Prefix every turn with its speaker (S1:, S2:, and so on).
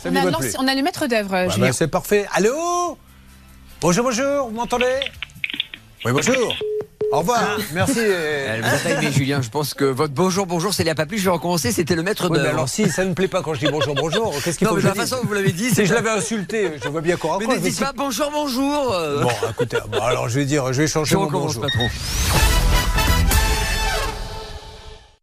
S1: Ça
S2: On
S1: lui
S2: a,
S1: va
S2: lanc-
S1: plus.
S2: on a le maître d'œuvre,
S1: Ah
S2: Julien.
S1: ben, c'est parfait. Allô Bonjour, bonjour, vous m'entendez Oui, bonjour. Au revoir, merci. et-
S3: Ah. Elle vous a pas aimé, Julien. Je pense que votre bonjour, bonjour, c'est il n'y a pas plus. Je vais recommencer. C'était le maître
S1: Oui, mais
S3: d'œuvre.
S1: alors si ça ne me plaît pas quand je dis bonjour, bonjour, qu'est-ce qu'il
S3: non,
S1: faut
S3: mais
S1: que
S3: de
S1: je
S3: la
S1: dise
S3: façon dont vous l'avez dit,
S1: Si
S3: c'est.
S1: je l'avais insulté, je vois bien qu'on
S3: Mais
S1: raccroche.
S3: ne dites pas bonjour, bonjour. euh.
S1: Bon, écoutez, bon, alors je vais dire, je vais changer
S3: Je
S1: mon
S3: recommence,
S1: bonjour.
S3: patron.